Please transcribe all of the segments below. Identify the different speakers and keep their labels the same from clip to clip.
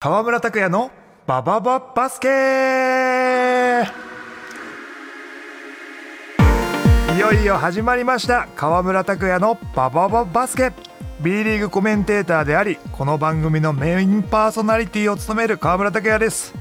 Speaker 1: 河村拓哉のババババスケいよいよ始まりました河村拓哉のババババスケ B リーグコメンテーターでありこの番組のメインパーソナリティを務める河村拓哉です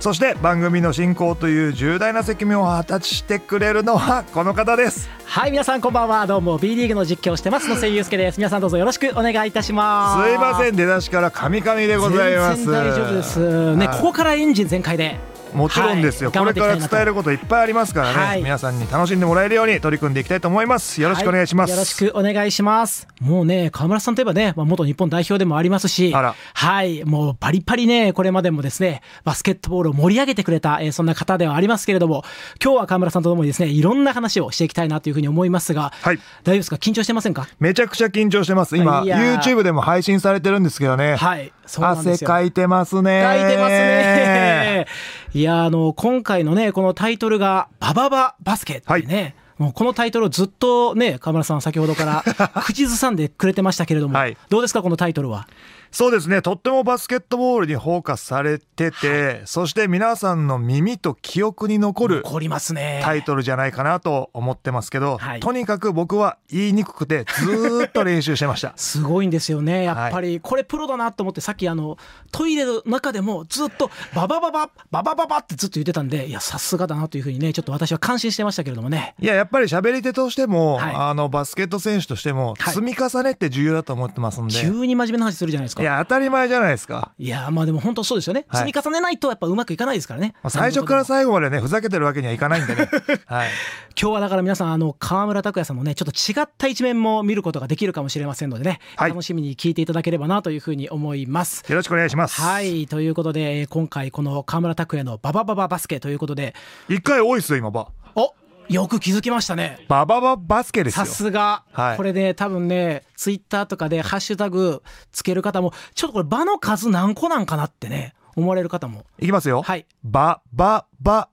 Speaker 1: そして番組の進行という重大な責務を果たしてくれるのはこの方です
Speaker 2: はい皆さんこんばんはどうも B リーグの実況をしてます野瀬祐介です皆さんどうぞよろしくお願いいたします
Speaker 1: すいませ
Speaker 2: ん
Speaker 1: ん出だしからカミカミでございます
Speaker 2: 全然大丈夫ですね
Speaker 1: はい
Speaker 2: ここからエンジン全開で
Speaker 1: もちろんですよ、
Speaker 2: はい
Speaker 1: これから
Speaker 2: 頑張っていきた
Speaker 1: 伝え
Speaker 2: いなと
Speaker 1: ることいっぱいありますからね、
Speaker 2: はい
Speaker 1: 皆さんに楽しんでもらえるように取り組んでいきたいと思いますよろしくお願いします、
Speaker 2: はよろしくお願いしますもうね河村さんといえばね、まあ、元日本代表でもありますし
Speaker 1: あら
Speaker 2: はいもうパリパリねこれまでもですねバスケットボールを盛り上げてくれた、えーそんな方ではありますけれども今日は河村さんとともにですねいろんな話をしていきたいなというふうに思いますが、
Speaker 1: はい
Speaker 2: 大丈夫ですか緊張してませんか
Speaker 1: めちゃくちゃ緊張してます今
Speaker 2: いやー
Speaker 1: YouTube でも配信されてるんですけどね、
Speaker 2: はいそうなんで
Speaker 1: 汗
Speaker 2: すよ
Speaker 1: かいてますね
Speaker 2: 書いてますね。いや、あの、今回のね、このタイトルが、ババババスケっていうね。もうこのタイトルをずっとね、河村さんは先ほどから 口ずさんでくれてましたけれども、
Speaker 1: はい
Speaker 2: どうですか、このタイトルは。
Speaker 1: そうですねとってもバスケットボールにフォーカスされてて、そして皆さんの耳と記憶に残る
Speaker 2: 残りますね。
Speaker 1: タイトルじゃないかなと思ってますけど、
Speaker 2: はい
Speaker 1: とにかく僕は言いにくくてずーっと練習してました
Speaker 2: すごいんですよね、やっぱり、これプロだなと思って、さっきあのトイレの中でもずっと、ババババババババってずっと言ってたんで、いや、さすがだなというふうにね、ちょっと私は感心してましたけれどもね。
Speaker 1: いや、やっぱり喋り手としても、
Speaker 2: はい
Speaker 1: あの、バスケット選手としても、
Speaker 2: はい
Speaker 1: 積み重ねって重要だと思ってますんで。い
Speaker 2: 急に真面目な話するじゃないですか。
Speaker 1: や、当たり前じゃないですか。
Speaker 2: いやーまあでも本当そうですよね、
Speaker 1: はい
Speaker 2: 積み重ねないとやっぱうまくいかないですからね
Speaker 1: まあ最初から
Speaker 2: 今
Speaker 1: 最後までね、ふざけてるわけにはいかないん でね。はい。
Speaker 2: 日はだから皆さんあの河村拓哉さんのねちょっと違った一面も見ることができるかもしれませんのでね、
Speaker 1: はい
Speaker 2: 楽しみに聞いていただければなというふうに思います
Speaker 1: よろしくお願いします。
Speaker 2: はいということでえー今回この河村拓哉のバババババスケということで
Speaker 1: 一回多いっすよ、今ば。
Speaker 2: およく気づきましたね
Speaker 1: ババババスケです
Speaker 2: さ
Speaker 1: よ。
Speaker 2: すが、
Speaker 1: はい
Speaker 2: これね多分ねツイッターとかでハッシュタグつける方もちょっとこれ場の数何個なんかなってね思われる方も
Speaker 1: いきますよ。
Speaker 2: はい
Speaker 1: バババ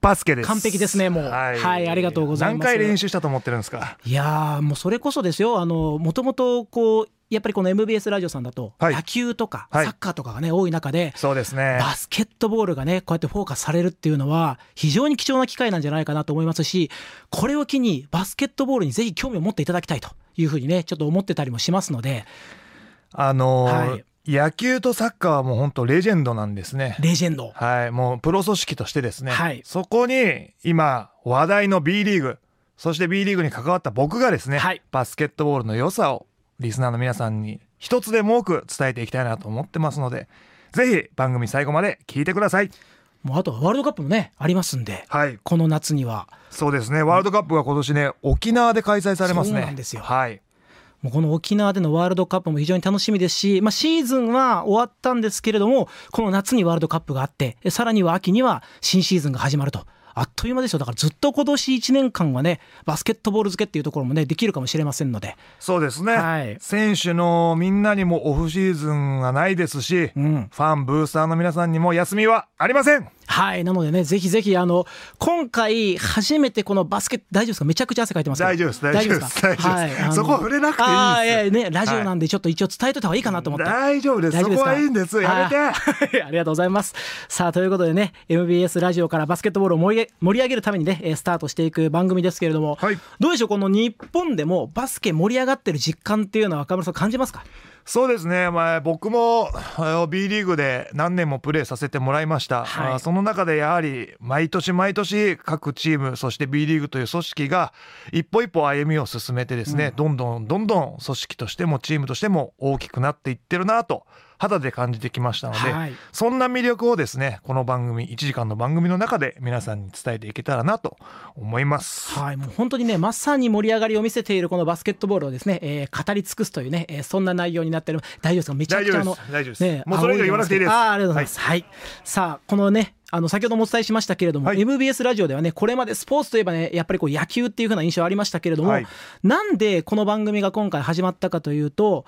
Speaker 1: バスケです。
Speaker 2: 完璧ですねもうはいありがとうございます
Speaker 1: 何回練習したと思ってるんですか。
Speaker 2: いやーもうそれこそですよあのもともとこうやっぱりこの MBS ラジオさんだと
Speaker 1: はい
Speaker 2: 野球とかサ
Speaker 1: はい
Speaker 2: ッカーとかがね多い中で
Speaker 1: そうですね。
Speaker 2: バスケットボールがねこうやってフォーカスされるっていうのは非常に貴重な機会なんじゃないかなと思いますしこれを機にバスケットボールにぜひ興味を持っていただきたいというふうにねちょっと思ってたりもしますので
Speaker 1: あのー
Speaker 2: はい
Speaker 1: 野球とサッカーはもう本当レジェンドなんですね。
Speaker 2: レジェンド
Speaker 1: はい、もうプロ組織としてですね、
Speaker 2: はい
Speaker 1: そこに今話題の B リーグそして B リーグに関わった僕がですね、
Speaker 2: はい
Speaker 1: バスケットボールの良さをリスナーの皆さんに一つでも多く伝えていきたいなと思ってますのでぜひ番組最後まで聞いてください
Speaker 2: もうあとはワールドカップもねありますんで
Speaker 1: はい
Speaker 2: この夏には
Speaker 1: そうですねワールドカップが今年ね沖縄で開催されますね
Speaker 2: そうなんですよ
Speaker 1: はい
Speaker 2: もうこの沖縄でのワールドカップも非常に楽しみですし、まあ、シーズンは終わったんですけれども、この夏にワールドカップがあって、えさらには秋には新シーズンが始まると。あっという間ですよ。だからずっと今年1年間はね、バスケットボール漬けっていうところもね、できるかもしれませんので。
Speaker 1: そうですね、
Speaker 2: はい
Speaker 1: 選手のみんなにもオフシーズンがないですし、
Speaker 2: ん
Speaker 1: ファンブースターの皆さんにも休みはありません
Speaker 2: はい。なのでね、ぜひぜひ、あの、今回初めてこのバスケット、大丈夫ですかめちゃくちゃ汗かいてますけど
Speaker 1: 大丈夫です大丈夫です大
Speaker 2: 大
Speaker 1: 丈
Speaker 2: 丈夫
Speaker 1: 夫
Speaker 2: で
Speaker 1: ですす
Speaker 2: かはいあの。
Speaker 1: そこは触れなくていいです
Speaker 2: あーいやいやね、ラジオなんでちょっと一応伝えといた方がいいかなと思って。
Speaker 1: 大丈夫です
Speaker 2: 大丈夫です
Speaker 1: そ
Speaker 2: か
Speaker 1: こはいいんですやめて
Speaker 2: てありがとうございますさあということでね MBS ラジオからバスケットボールを盛り上げ盛り上げるためにねえースタートしていく番組ですけれども、
Speaker 1: はい
Speaker 2: どうでしょうこの日本でもバスケ盛り上がってる実感っていうのは若村さん感じますか
Speaker 1: そうですね、まあ、僕もあの B リーグで何年もプレーさせてもらいました、
Speaker 2: はい
Speaker 1: あその中でやはり毎年毎年各チームそして B リーグという組織が一歩一歩歩みを進めてですね、どんどんどんどん組織としてもチームとしても大きくなっていってるなと肌で感じてきましたので、
Speaker 2: はい
Speaker 1: そんな魅力をですねこの番組1時間の番組の中で皆さんに伝えていけたらなと思います。
Speaker 2: はいもう本当にねまさに盛り上がりを見せているこのバスケットボールをですね、えー語り尽くすというね、えーそんな内容になってる大丈夫ですかめちゃ
Speaker 1: 大
Speaker 2: くち
Speaker 1: 丈
Speaker 2: ゃあ
Speaker 1: 夫
Speaker 2: の
Speaker 1: です大丈夫です、
Speaker 2: ね、
Speaker 1: もうそれ以上言わなくていいです
Speaker 2: あーありがとうございます。はい。さあ、このね、あの先ほどもお伝えしましたけれども、
Speaker 1: はい
Speaker 2: MBS ラジオではね、これまでスポーツといえばね、やっぱりこう野球っていう風な印象ありましたけれども、
Speaker 1: はい
Speaker 2: なんでこの番組が今回始まったかというと、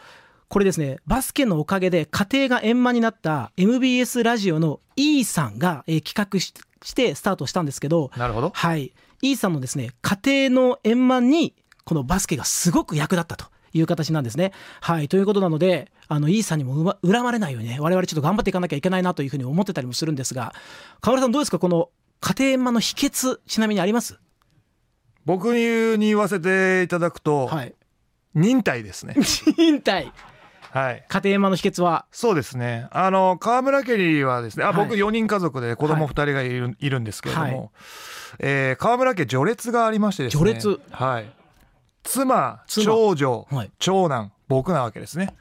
Speaker 2: これですね、バスケのおかげで家庭が円満になった MBS ラジオの E さんが、えー企画ししてスタートしたんですけど、
Speaker 1: なるほど
Speaker 2: はい、E さんのですね家庭の円満にこのバスケがすごく役立ったという形なんですね。はいということなのであのイーサにもうま恨まれないようにね我々ちょっと頑張っていかなきゃいけないなというふうに思ってたりもするんですが河村さんどうですかこの家庭円満の秘訣ちなみにあります
Speaker 1: 僕に言わせていただくと、
Speaker 2: はい
Speaker 1: 忍耐ですね
Speaker 2: 忍耐
Speaker 1: はい
Speaker 2: 家庭円満の秘訣は
Speaker 1: そうですねあの川村家にはですねあ、
Speaker 2: はい
Speaker 1: 僕4人家族で子供2人がいる,、い、るんですけれども、
Speaker 2: はい
Speaker 1: えー川村家序列がありましてですね
Speaker 2: 序列
Speaker 1: はい妻
Speaker 2: 妻
Speaker 1: 長女、
Speaker 2: はい
Speaker 1: 長男僕なわけですね、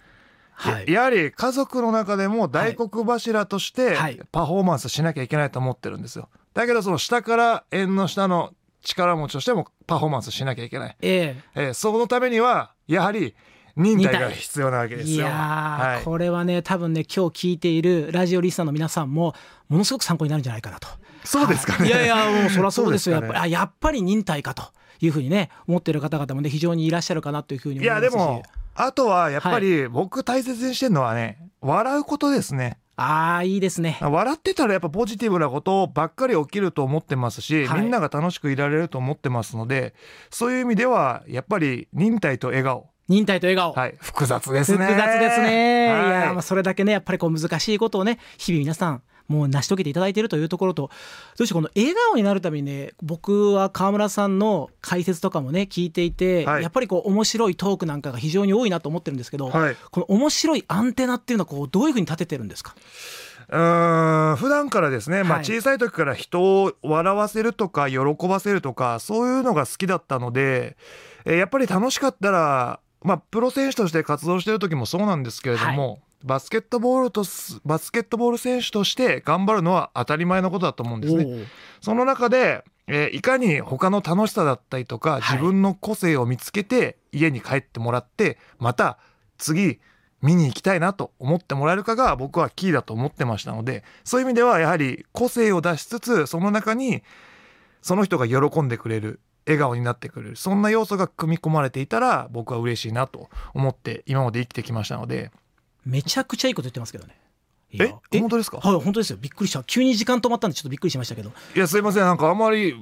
Speaker 2: は
Speaker 1: ややはり家族の中でも大黒柱として
Speaker 2: はい
Speaker 1: パフォーマンスしなきゃいけないと思ってるんですよだけどその下から縁の下の力持ちとしてもパフォーマンスしなきゃいけない
Speaker 2: え
Speaker 1: えー、そのためにはやはり忍耐が必要なわけ
Speaker 2: え
Speaker 1: ですよ。
Speaker 2: いやー、
Speaker 1: はい、
Speaker 2: これはね多分ね今日聞いているラジオリスナーの皆さんもものすごく参考になるんじゃないかなと
Speaker 1: そうですかね。
Speaker 2: はいいやいやもうそりゃそうですよ
Speaker 1: そうですか
Speaker 2: やっぱりあやっぱり忍耐かというふうにね思ってる方々もね非常にいらっしゃるかなというふうに思
Speaker 1: い
Speaker 2: いま
Speaker 1: やで
Speaker 2: すし
Speaker 1: もあとはやっぱり僕大切にしてるのはね笑うことですね
Speaker 2: ああいいですね
Speaker 1: 笑ってたらやっぱポジティブなことばっかり起きると思ってますし、
Speaker 2: はい
Speaker 1: みんなが楽しくいられると思ってますのでそういう意味ではやっぱり忍耐と笑顔
Speaker 2: 忍耐と笑顔、
Speaker 1: はい複雑ですね
Speaker 2: 複雑ですね、
Speaker 1: はい
Speaker 2: い、やまあそれだけねやっぱりこう難しいことをね日々皆さんもう成し遂げていただいているというところとどうしてこの笑顔になるためにね僕は川村さんの解説とかもね聞いていて、
Speaker 1: はい
Speaker 2: やっぱりこう面白いトークなんかが非常に多いなと思ってるんですけど、
Speaker 1: はい
Speaker 2: この面白いアンテナっていうのはこうどういうふうに立ててるんですか
Speaker 1: うーん普段からですね、まあ、
Speaker 2: はい
Speaker 1: 小さい時から人を笑わせるとか喜ばせるとかそういうのが好きだったので、えーやっぱり楽しかったら、まあ、プロ選手として活動してる時もそうなんですけれども、バスケットボールとすバスケットボール選手として頑張るのは当たり前のことだと思うんですね。
Speaker 2: おー
Speaker 1: その中で、えーいかに他の楽しさだったりとか、
Speaker 2: い
Speaker 1: 自分の個性を見つけて家に帰ってもらってまた次見に行きたいなと思ってもらえるかが僕はキーだと思ってましたのでそういう意味ではやはり個性を出しつつその中にその人が喜んでくれる笑顔になってくれるそんな要素が組み込まれていたら僕は嬉しいなと思って今まで生きてきましたので
Speaker 2: めちゃくちゃいいこと言ってますけどねいや
Speaker 1: え本当ですか
Speaker 2: はい本当ですよびっくりした急に時間止まったんでちょっとびっくりしましたけど
Speaker 1: いやすいませんなんかあんまり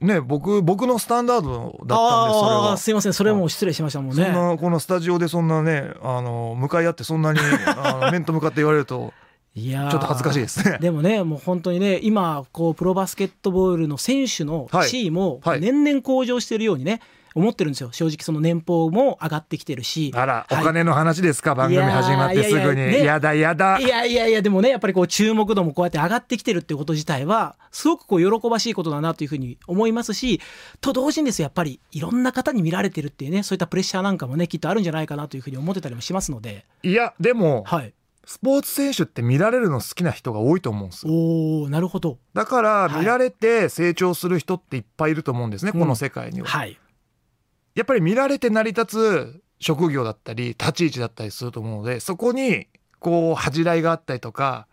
Speaker 1: ね僕僕のスタンダードだったんですそれ
Speaker 2: ああ
Speaker 1: は
Speaker 2: ー。すいませんそれはもう失礼しましたもんね
Speaker 1: そんなこのスタジオでそんなねあの向かい合ってそん なにあの面と向かって言われると
Speaker 2: いやー
Speaker 1: ちょっと恥ずかしいですね。
Speaker 2: でもねもう本当にね今こうプロバスケットボールの選手の
Speaker 1: はい
Speaker 2: 地位も
Speaker 1: はい
Speaker 2: 年々向上しているようにね思ってるんですよ正直その年俸も上がってきてるし
Speaker 1: あら、
Speaker 2: はい
Speaker 1: お金の話ですか番組始まってすぐにや
Speaker 2: いやいやいやね
Speaker 1: だやだ
Speaker 2: いやいやいやでもねやっぱりこう注目度もこうやって上がってきてるってこと自体はすごくこう喜ばしいことだなというふうに思いますしと同時にですよやっぱりいろんな方に見られてるっていうねそういったプレッシャーなんかもねきっとあるんじゃないかなというふうに思ってたりもしますので
Speaker 1: いやでも
Speaker 2: はい
Speaker 1: スポーツ選手って見られるの好きな人が多いと思うんですよ
Speaker 2: おーなるほど
Speaker 1: だから
Speaker 2: はい
Speaker 1: 見られて成長する人っていっぱいいると思うんですね、
Speaker 2: うん
Speaker 1: この世界には、
Speaker 2: はい
Speaker 1: やっぱり見られて成り立つ職業だったり立ち位置だったりすると思うのでそこにこう恥じらいがあったりとか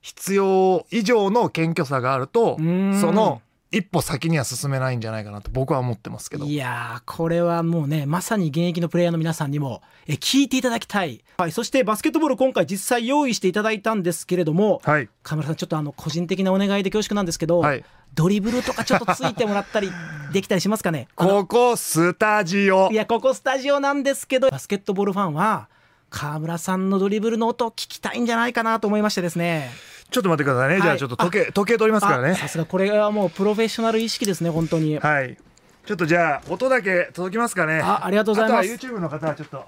Speaker 1: 必要以上の謙虚さがあると
Speaker 2: うーん
Speaker 1: その一歩先には進めないんじゃないかなと僕は思ってますけど
Speaker 2: いやーこれはもうねまさに現役のプレイヤーの皆さんにもえ聞いていただきたい、はい、そしてバスケットボール今回実際用意していただいたんですけれども
Speaker 1: はい
Speaker 2: 河村さんちょっとあの個人的なお願いで恐縮なんですけど、
Speaker 1: はい
Speaker 2: ドリブルとかちょっとついてもらったりできたりしますかねあの
Speaker 1: ここスタジオ
Speaker 2: いやここスタジオなんですけどバスケットボールファンは河村さんのドリブルの音を聞きたいんじゃないかなと思いましてですね
Speaker 1: ちょっと待ってくださいね、
Speaker 2: はい
Speaker 1: じゃあちょっと時計時計取りますから
Speaker 2: あ
Speaker 1: ね
Speaker 2: さすがこれはもうプロフェッショナル意識ですね本当に、
Speaker 1: はいちょっとじゃあ音だけ届きますかね
Speaker 2: あありがとうございます
Speaker 1: あとは YouTube の方はちょっと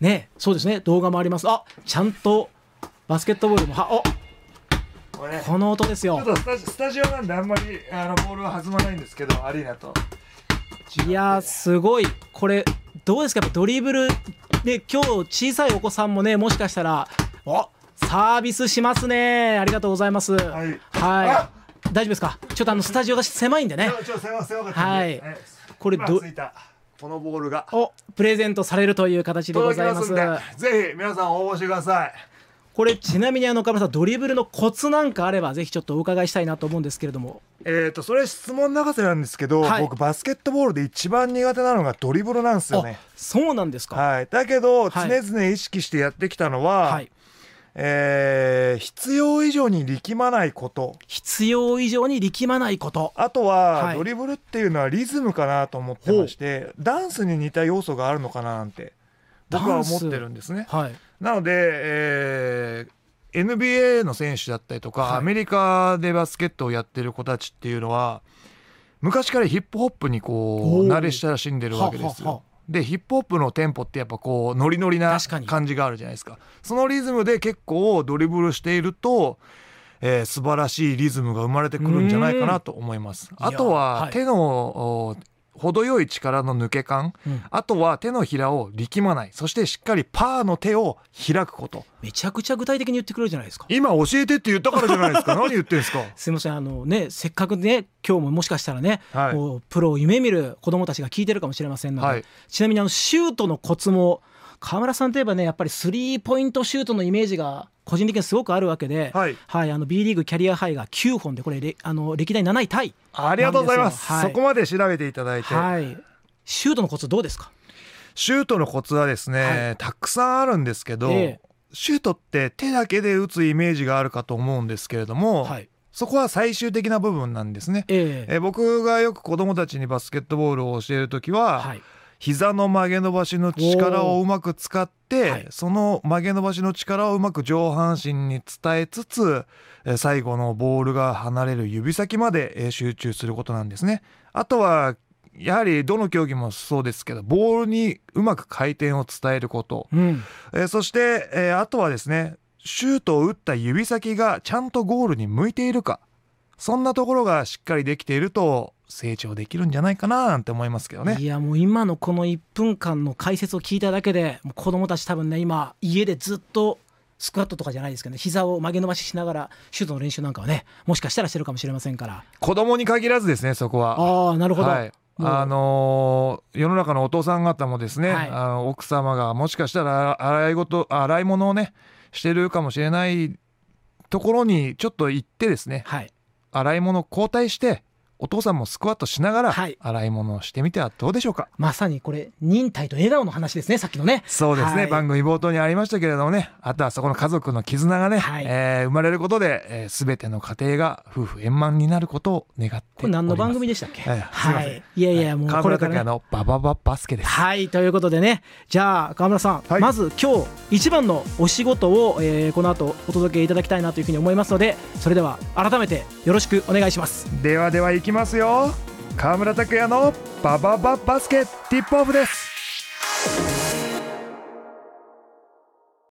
Speaker 2: ねそうですね動画もありますあちゃんとバスケットボールもはお
Speaker 1: これね
Speaker 2: この音です
Speaker 1: ちょっ
Speaker 2: よ。
Speaker 1: とスタジスタジオなんであんまりあのボールは弾まないんですけどアリーナと
Speaker 2: いやーすごいこれどうですかやっぱドリブルで今日小さいお子さんもねもしかしたらおサービスしますねありがとうございます。はい
Speaker 1: あ
Speaker 2: い大丈夫ですかちょっとあのスタジオが狭いんでね
Speaker 1: ちょちょ狭狭かったんで
Speaker 2: はい
Speaker 1: ね
Speaker 2: これ
Speaker 1: 今
Speaker 2: ど
Speaker 1: ついたこのボールが
Speaker 2: おプレゼントされるという形でご
Speaker 1: 届き
Speaker 2: ざ
Speaker 1: ま
Speaker 2: いますす
Speaker 1: んでぜひ皆さん応募してください
Speaker 2: これちなみにあの岡村さんドリブルのコツなんかあればぜひちょっとお伺いしたいなと思うんですけれども
Speaker 1: えー、とそれ質問長瀬なんですけど、
Speaker 2: はい
Speaker 1: 僕バスケットボールで一番苦手なのがドリブルなんですよね
Speaker 2: あ。そうなんですか
Speaker 1: はい、だけど常
Speaker 2: はい
Speaker 1: 々意識してやってきたのは、
Speaker 2: はい
Speaker 1: えー必要以上に力まないこと
Speaker 2: 必要以上に力まないこと
Speaker 1: あとは、
Speaker 2: はい
Speaker 1: ドリブルっていうのはリズムかなと思ってましてダンスに似た要素があるのかななんて僕は思ってるんですね。
Speaker 2: はい
Speaker 1: なので、えー NBA の選手だったりとか、
Speaker 2: はい
Speaker 1: アメリカでバスケットをやってる子たちっていうのは昔からヒップホップにこ
Speaker 2: お
Speaker 1: う
Speaker 2: ー
Speaker 1: 慣れ親しんでるわけですよ。
Speaker 2: ははは
Speaker 1: でヒップホップのテンポってやっぱこうノリノリな
Speaker 2: 確かに
Speaker 1: 感じがあるじゃないですかそのリズムで結構ドリブルしていると、えー素晴らしいリズムが生まれてくるんじゃないかなと思います
Speaker 2: うん
Speaker 1: あと
Speaker 2: いや
Speaker 1: は
Speaker 2: はい
Speaker 1: 手の、お程よい力の抜け感
Speaker 2: うん
Speaker 1: あとは手のひらを力まないそしてしっかりパーの手を開くこと
Speaker 2: めちゃくちゃ具体的に言ってくれるじゃないですか
Speaker 1: 今教えてって言ったからじゃないです か何言ってんですか
Speaker 2: すいませんあのねせっかくね今日ももしかしたらね、
Speaker 1: はい
Speaker 2: もうプロを夢見る子供たちが聞いてるかもしれませんので、
Speaker 1: はい
Speaker 2: ちなみにあのシュートのコツも河村さんといえばねやっぱりスリーポイントシュートのイメージが個人的にすごくあるわけで、
Speaker 1: はい
Speaker 2: あの B リーグキャリアハイが9本でこれれあの歴代7位タイ、
Speaker 1: ありがとうございます
Speaker 2: なんですよはい
Speaker 1: そこまで調べていただいて、
Speaker 2: はい、シュートのコツどうですか
Speaker 1: シュートのコツはですね、
Speaker 2: は
Speaker 1: たくさんあるんですけど、
Speaker 2: ええ
Speaker 1: シュートって手だけで打つイメージがあるかと思うんですけれども、
Speaker 2: はい
Speaker 1: そこは最終的な部分なんですね。
Speaker 2: ええ
Speaker 1: え僕がよく子供たちにバスケットボールを教える時は、
Speaker 2: はい、
Speaker 1: 膝の曲げ伸ばしの力をうまく使って、
Speaker 2: はい
Speaker 1: その曲げ伸ばしの力をうまく上半身に伝えつつえー最後のボールが離れる指先までえー集中することなんですね。あとはやはりどの競技もそうですけどボールにうまく回転を伝えること、
Speaker 2: うん、
Speaker 1: えーそして、えーあとはですねシュートを打った指先がちゃんとゴールに向いているかそんなところがしっかりできていると成長できるんじゃないかななんて思いますけどね。
Speaker 2: いやもう今のこの1分間の解説を聞いただけでもう子供たち多分ね今家でずっとスクワットとかじゃないですけどね膝を曲げ伸ばししながらシュートの練習なんかはねもしかしたらしてるかもしれませんから
Speaker 1: 子供に限らずですねそこは。
Speaker 2: ああなるほど、
Speaker 1: はい
Speaker 2: もう
Speaker 1: あのー世の中のお父さん方もですね、
Speaker 2: はい
Speaker 1: あの奥様がもしかしたら洗い事洗い物をねしてるかもしれないところにちょっと行ってですね
Speaker 2: はい
Speaker 1: 洗い物交代してお父さんもスクワットしながら
Speaker 2: はい
Speaker 1: 洗い物をしてみてはどうでしょうか、
Speaker 2: まさにこれ忍耐と笑顔の話ですねさっきのね
Speaker 1: そうですね、
Speaker 2: はい
Speaker 1: 番組冒頭にありましたけれどもねあとはそこの家族の絆がね、
Speaker 2: はい
Speaker 1: えー生まれることで、えー全ての家庭が夫婦円満になることを願ってお
Speaker 2: こ
Speaker 1: り
Speaker 2: れ
Speaker 1: ます
Speaker 2: 何の番組でしたっけ、
Speaker 1: ええすいま
Speaker 2: は
Speaker 1: せん
Speaker 2: いいやいやもう
Speaker 1: 川
Speaker 2: これ
Speaker 1: 村拓
Speaker 2: か
Speaker 1: 也
Speaker 2: ら、ね、
Speaker 1: のババババスケです。
Speaker 2: はいということでねじゃあ河村さん、
Speaker 1: はい
Speaker 2: まず今日一番のお仕事を、えーこの後お届けいただきたいなというふうに思いますのでそれでは改めてよろしくお願いします
Speaker 1: ではでは行きますよ川村拓也のババババスケティップオフです